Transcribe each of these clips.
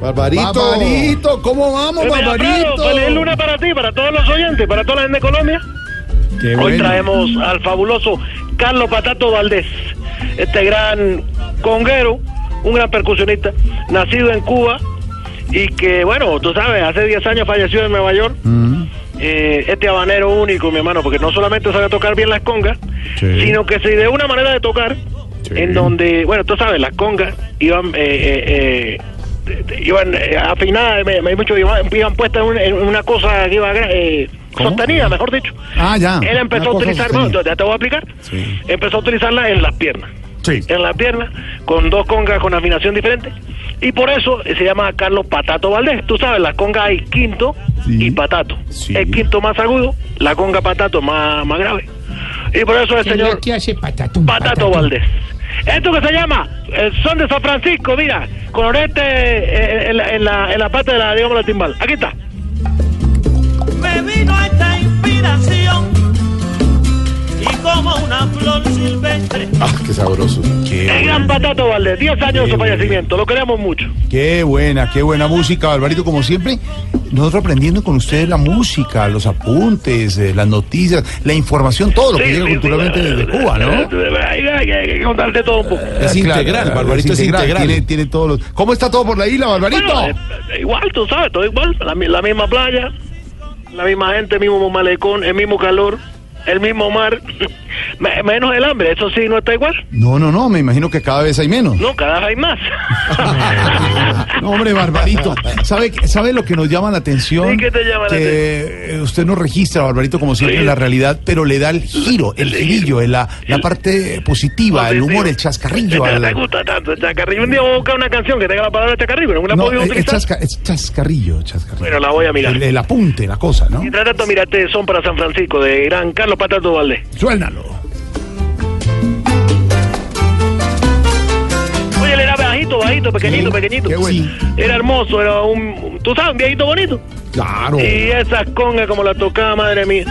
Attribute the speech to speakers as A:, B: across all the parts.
A: Barbarito.
B: Barbarito, ¿cómo vamos,
C: Pepe Alfredo, Feliz lunes
B: Barbarito?
C: para ti, para todos los oyentes, para toda la gente de Colombia.
B: Qué
C: Hoy
B: bueno.
C: traemos al fabuloso Carlos Patato Valdés, este gran conguero, un gran percusionista, nacido en Cuba y que, bueno, tú sabes, hace 10 años falleció en Nueva York. Eh, este habanero único, mi hermano, porque no solamente sabe tocar bien las congas,
B: Sí.
C: sino que se ideó una manera de tocar
B: Sí.
C: en donde, bueno, tú sabes, las congas iban... eh, eh, eh, de- de- iban eh, afinadas, me, me- mucho, iban, iban puestas en, un- en una cosa que iba gra- eh,
B: ¿Cómo?
C: sostenida, mejor dicho.
B: Ah, ya.
C: Él empezó a
B: Una cosa
C: utilizar,
B: sostenida.
C: bueno, ya te voy a explicar.
B: Sí.
C: Empezó a utilizarla en las piernas.
B: Sí.
C: En las piernas, con dos congas con afinación diferente. Y por eso eh, se llama Carlos Patato Valdés. Tú sabes, las congas hay quinto
B: Sí.
C: y patato.
B: Sí.
C: El quinto más agudo, la conga patato más, más grave. Y por eso el señor
D: ¿Qué hace patatón?
C: Patato Valdés. Esto que se llama el son de San Francisco, mira, con orete eh, en, la- en la, en la parte de la, digamos, la timbal. Aquí está.
E: Me vino esta inspiración y como una flor silvestre.
B: Ah, qué sabroso.
C: El
B: Qué,
C: gran Patato Valdés, 10 años de
B: Qué
C: su
B: bueno.
C: fallecimiento, lo queremos mucho.
B: qué buena, qué buena música, Barbarito, como siempre. Nosotros aprendiendo con ustedes la música, los apuntes, eh, las noticias, la información, todo lo que
C: Sí,
B: llega
C: sí,
B: culturalmente
C: sí,
B: desde
C: eh,
B: Cuba, ¿no?
C: eh, Hay, hay- hay que contarte todo un poco.
B: Ah, claro,
A: integral,
B: claro,
A: Barbarito es integral.
B: Tiene, tiene todos los... ¿Cómo está todo por la isla, Barbarito?
C: Bueno, eh, eh, igual, tú sabes, todo igual. La, mi- la misma playa, la misma gente, el mismo malecón, el mismo calor, el mismo mar. Me- menos el hambre, eso sí, no está igual.
B: No, no, no, me imagino que cada vez hay menos.
C: No, cada vez hay más.
B: No, hombre, Barbarito. ¿Sabe, ¿Sabe lo que nos llama la atención?
C: Sí, ¿qué te llama la
B: que eh, usted no registra, Barbarito, como siempre,
C: Sí.
B: en la realidad, pero le da el giro, el girillo, el- la, la
C: El-
B: parte positiva, el humor, el chascarrillo.
C: Te,
B: al-
C: te gusta tanto el chascarrillo. Un día voy a buscar una canción que tenga la palabra chascarrillo, pero no la he
B: no,
C: podido
B: es, es
C: utilizar.
B: chasca- es chascarrillo, chascarrillo.
C: Bueno, la voy a mirar.
B: El, el apunte, la cosa, ¿no?
C: Mientras tanto, mira este son para San Francisco de gran Carlos Patato Valdés.
B: Suéltalo.
C: Oye, él era bajito, bajito, pequeñito, pequeñito.
B: Qué bueno.
C: Era hermoso, era un, tú sabes, un viejito bonito.
B: Claro.
C: Y esas congas como las tocaba, madre mía.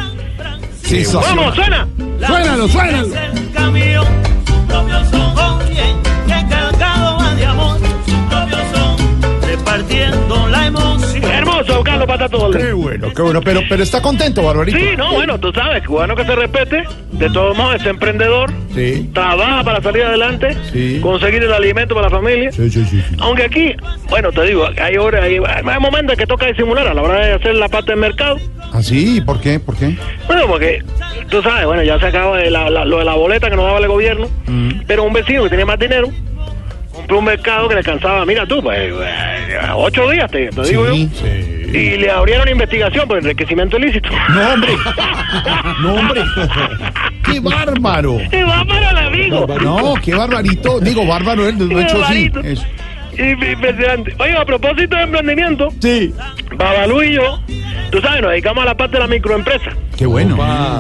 B: Sensacional.
C: ¡Vamos, suena!
E: La
B: Suénalo,
E: música
B: suénalo.
E: Es el camión, su propio son, bien recargado va de amor, su propio son, repartiendo la emoción.
C: Hermoso, Carlos Patato
B: Qué
C: Valdés.
B: bueno, qué bueno. Pero, pero está contento, Barbarito.
C: Sí, no, bueno, tú sabes, cubano que se respete, de todos modos es emprendedor,
B: Sí.
C: trabaja para salir adelante,
B: Sí.
C: conseguir el alimento para la familia.
B: Sí, sí, sí. sí.
C: Aunque aquí, bueno, te digo, hay horas, hay, hay momentos que toca disimular a la hora de hacer la parte del mercado.
B: ¿Ah, sí? ¿Por qué? ¿Por qué?
C: Bueno, porque tú sabes, bueno, ya se acaba de la- la- lo de la boleta que nos daba el gobierno,
B: Mm.
C: pero un vecino que tenía más dinero compró un mercado que le alcanzaba, mira tú, pues, eh, ocho días, te, te digo yo.
B: sí.
C: Y le abrieron investigación por enriquecimiento ilícito.
B: No, hombre. No, hombre. Qué bárbaro.
C: Y va para el amigo.
B: No, qué barbarito. Digo, bárbaro él, de hecho sí.
C: Barbarito.
B: Eso.
C: Y- Impresionante. Oye, a propósito de emprendimiento,
B: Sí.
C: Babalú y yo, tú sabes, nos dedicamos a la parte de la microempresa.
B: Qué bueno.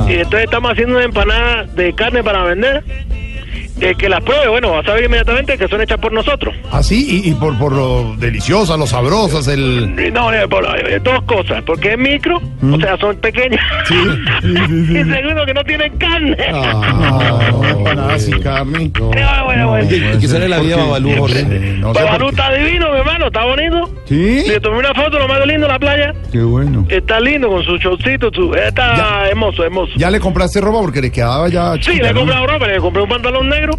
C: Y entonces estamos haciendo una empanada de carne para vender. El que las pruebe, bueno, va a saber inmediatamente que son hechas por nosotros.
B: Así, y, y por, por lo deliciosas, lo sabrosas, el.
C: Y No, eh, por- eh, dos cosas, porque es micro,
B: Mm.
C: o sea, son pequeñas. y segundo, que no tienen carne.
B: Ah, no, nada, sin carne. No,
C: bueno, bueno.
B: no,
C: Y que-
B: puede
A: y que
B: ser.
A: sale la
B: ¿Por
A: vida
B: qué?
A: Babalú,
B: No
A: Jorge.
B: sé, no sé por
C: Babalú
B: qué.
C: está divino, mi hermano, está bonito. Le
B: ¿Sí?
C: tomé una foto, lo más lindo en la playa.
B: Qué bueno.
C: Está lindo con su shortcito, su- está
B: Ya.
C: hermoso, hermoso.
B: ¿Ya le compraste ropa porque le quedaba ya
C: Sí,
B: chica,
C: le he
B: ¿no?
C: comprado ropa, le compré un pantalón negro,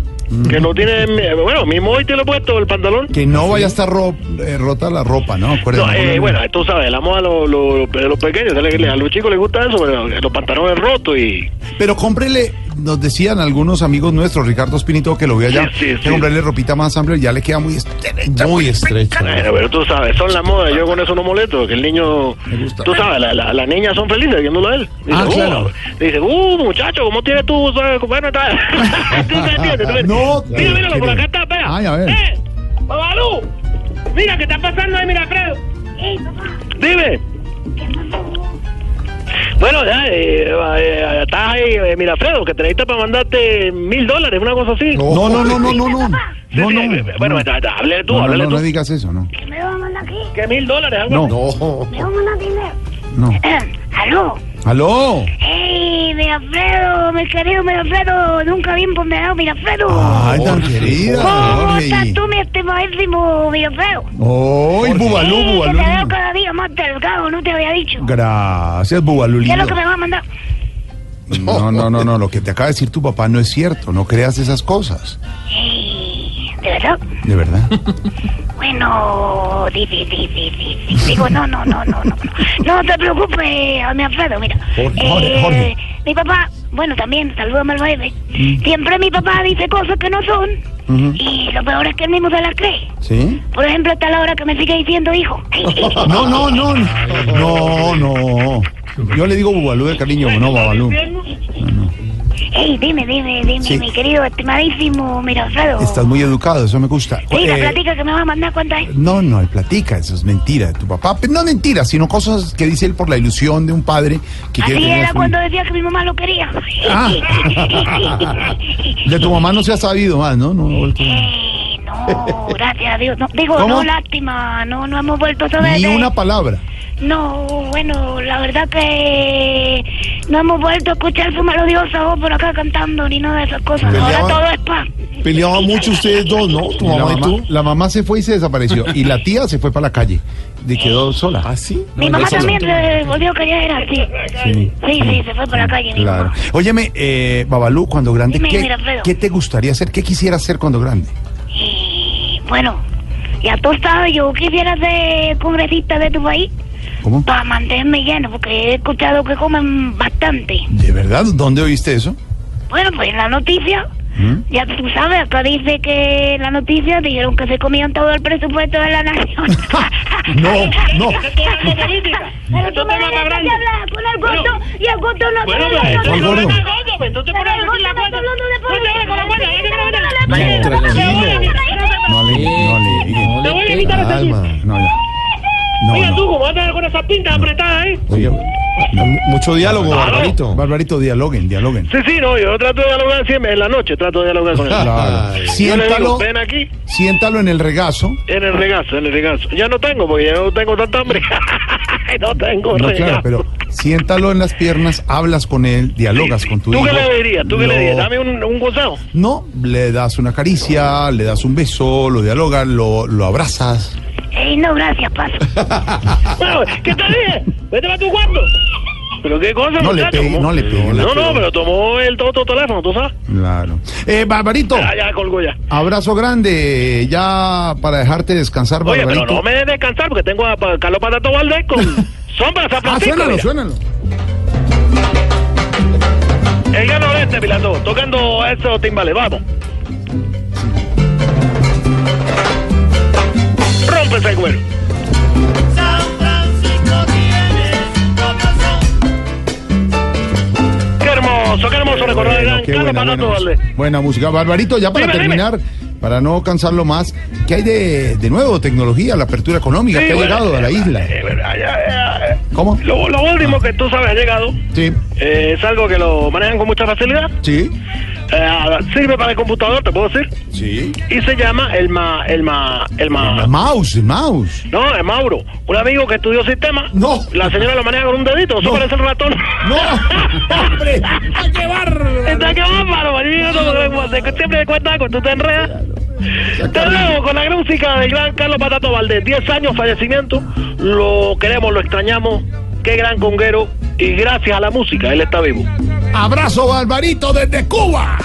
C: que no tiene, eh, bueno, mismo hoy te lo he puesto, el pantalón.
B: Que no vaya a estar ro- eh, rota la ropa, ¿no? Acuérdate,
C: No, eh,
B: ¿no?
C: bueno, tú sabes, la moda lo- lo- lo- de los pequeños, a los chicos les gusta eso, pero los pantalones rotos y...
B: Pero cómprele nos decían algunos amigos nuestros, Ricardo Espinito, que lo vio allá,
C: Sí, sí,
B: que
C: sí.
B: comprarle ropita más amplia, ya le queda muy estrecha.
A: Muy estrecha.
C: Bueno, pero tú sabes, son la moda, yo con eso no molesto, que el niño,
B: Me gusta.
C: tú sabes, las la, las niñas son felices viéndolo a él. Dice,
A: Ah,
C: "Uh",
A: claro.
C: Dice, uh, muchacho, ¿cómo tienes tú? sabes, Bueno, está. ¿Tú me entiendes? ¿Tú me-
B: No,
C: mira, míralo, por
B: creo.
C: acá está, vea.
B: Ay, a ver.
C: ¡Eh! ¡Babalú! Mira, ¿qué está pasando ahí, mira, Alfredo? Dime. Bueno, ya, eh, eh, estás ahí, eh, mira, Alfredo, que te necesitas para mandarte mil dólares, una cosa así.
B: No, no, no, no, no, no.
C: Sí,
B: No,
C: sí,
B: no.
C: eh, Bueno,
B: no.
C: está- está, háblale tú,
B: No, no,
C: háblale
B: no,
C: tú.
B: no digas eso, no.
D: Me van a mandar aquí.
C: ¿Qué mil dólares? Algo
B: No,
A: No.
D: Me van a mandar dinero.
B: no.
D: Aló.
B: ¡Aló!
D: Hey, Mirafredo, mi querido Mirafredo. Nunca bien ponderado, Mirafredo.
B: ¡Ay, tan
A: Jorge.
B: querida!
D: ¿Cómo
B: Jorge.
D: estás tú, mi estimadísimo Mirafredo?
B: ¡Ay, Bubalú,
D: Sí, que te veo
B: Bubalú!
D: cada día más delgado, no te había dicho.
B: Gracias, Bubalú.
D: ¿Qué es
B: lindo.
D: lo que me va a mandar?
B: No, no, no, no, lo que te acaba de decir tu papá no es cierto, no creas esas cosas,
D: Ey, ¿De verdad?
B: de verdad.
D: Bueno, di, di, di, di, di, di. digo, no, no, no, no, no, no, no te preocupes, mi Alfredo, mira. Eh,
B: Jorge, Jorge, Jorge. Mm.
D: Mi papá, bueno, también, salúdame al baile. Siempre mi papá dice cosas que no son, y lo peor es que él mismo se las cree.
B: ¿Sí?
D: Por ejemplo, hasta la hora que me sigue diciendo hijo.
B: No, no, no, no, no. Yo le digo Bubalú de cariño, no, Babalú.
D: Ey, dime, dime, dime,
B: Sí.
D: mi querido, estimadísimo, mira, Alfredo.
B: Estás muy educado, eso me gusta.
D: Sí, la
B: Eh,
D: plática que me vas a mandar, ¿eh? ¿cuánta es?
B: No, no, él platica, eso es mentira de tu papá. Pero no mentira, sino cosas que dice él por la ilusión de un padre que quiere
D: Así
B: tener
D: era
B: su-
D: cuando decía que mi mamá lo quería.
B: Ah. De tu mamá no se ha sabido más, ¿no? no, no.
D: Eh, no, gracias a Dios. No, digo,
B: ¿Cómo?
D: no, lástima, no, no hemos vuelto a saber.
B: Ni
D: de-
B: una palabra.
D: No, bueno, la verdad que no hemos vuelto a escuchar su melodiosa voz por acá cantando ni nada de esas cosas. Ahora
A: Peleaban-
D: todo es paz.
A: Peleaban mucho ustedes dos, ¿no? Tu
B: La
A: mamá y
B: mamá,
A: tú.
B: la mamá se fue y se desapareció. Y la tía se fue para la calle. Y quedó sola.
A: ¿Ah, sí?
D: mi mamá también se volvió a querer así.
B: Sí. Ah,
D: sí, sí, se fue para la calle. mi
B: Claro.
D: mamá.
B: Óyeme, eh, Babalú, cuando grande,
D: Dime,
B: ¿qué,
D: mira, Alfredo.
B: qué te gustaría hacer? ¿Qué quisieras hacer cuando grande?
D: Y bueno, ya tú sabes, yo quisiera ser congresista de tu país
B: ¿Cómo?
D: para mantenerme lleno, porque he escuchado que comen bastante.
B: ¿De verdad? ¿Dónde oíste eso?
D: Bueno, pues la noticia,
B: ¿Mm?
D: ya tú sabes, acá dice que la noticia dijeron que se comían todo el presupuesto de la nación.
B: No, no.
D: Pero tú me dejas de hablar con el gordo y el gordo no te
C: Bueno,
D: habla
C: pero
D: con
B: ¿cuál
D: el
C: Pero
B: gordo?
D: gordo. Pero el gordo no está hablando de política.
C: con la buena, vete con la buena.
D: No le
A: No,
D: habla con la
A: tranquilo.
D: política.
B: No le, no le.
C: Te voy a quitar ese
A: Calma.
B: No, ya.
C: Mira
B: no,
C: tú,
B: no.
C: como andas con esas pintas apretadas, ¿eh?
A: Oye, mucho diálogo, Barbarito.
B: Barbarito, dialoguen, dialoguen.
C: Sí, sí, no, yo trato de dialogar siempre, en la noche trato de dialogar con él.
B: Claro.
A: Ay.
C: Yo le digo,
B: Siéntalo,
C: ven aquí,
B: siéntalo en el regazo.
C: en el regazo, en el regazo. Ya no tengo, porque ya no tengo tanta hambre. no tengo
B: No,
C: regazo.
B: claro, pero siéntalo en las piernas, hablas con él, dialogas con tu
C: ¿Tú
B: hijo.
C: qué le dirías? ¿Tú qué
B: Lo-
C: le dirías? Dame un, un consejo.
B: No, le das una caricia, le das un beso, lo dialogas, lo, lo abrazas.
D: Ey, no, gracias, paso.
B: Ah.
C: Bueno, pues, ¿qué te dije? Vete para tu cuarto. ¿Pero qué cosa,
B: No le
C: muchacho?
B: pegue,
C: ¿Cómo?
B: no le pegue,
C: No,
B: no le
C: no,
B: pegue.
C: pero tomó el otro teléfono, ¿tú sabes?
B: Claro. Eh, Barbarito,
C: Ah, ya colgó ya.
B: abrazo grande, ya para dejarte descansar,
C: Oye, pero
B: Barbarito.
C: no me dejes descansar, porque tengo a pa- Carlos Patato Valdés con sombra de San
B: Ah,
C: Francisco.
B: suénalo,
C: mira.
B: suénalo.
C: El gano este, Pilato, tocando esos timbales, vamos. Rompe ese cuero.
E: San Francisco tiene su propio son.
C: Qué hermoso, qué hermoso recordar el gran
B: Bueno, qué
C: Carlos
B: buena, buena
C: Panato Valdés.
B: música. Buena música. Barbarito, ya para
C: Dime, dime.
B: terminar, para no cansarlo más, ¿qué hay de, de nuevo? Tecnología, la apertura económica
C: Sí,
B: que ha
C: bueno,
B: llegado a la
C: eh,
B: isla.
C: eh, verdad, ya, eh,
B: ¿Cómo?
C: Lo, lo último que tú sabes ha llegado
B: Sí,
C: eh, es algo que lo manejan con mucha facilidad.
B: sí,
C: Eh, sirve para el computador, te puedo decir.
B: sí.
C: Y se llama el ma. El ma. El ma.
B: Mouse, mouse.
C: No, es Mauro. Un amigo que estudió sistema.
B: No.
C: La señora lo maneja con un dedito. Eso
B: No.
C: parece el ratón.
B: No, hombre, qué bárbaro.
C: Está que bárbaro, marido, no creo que pueda ser. Siempre cuenta algo, tú te enredas. Te dejo con la gran música del gran Carlos Patato Valdés. 10 años fallecimiento. Lo queremos, lo extrañamos. Qué gran conguero. Y gracias a la música, él está vivo.
B: Abrazo, Barbarito, desde Cuba.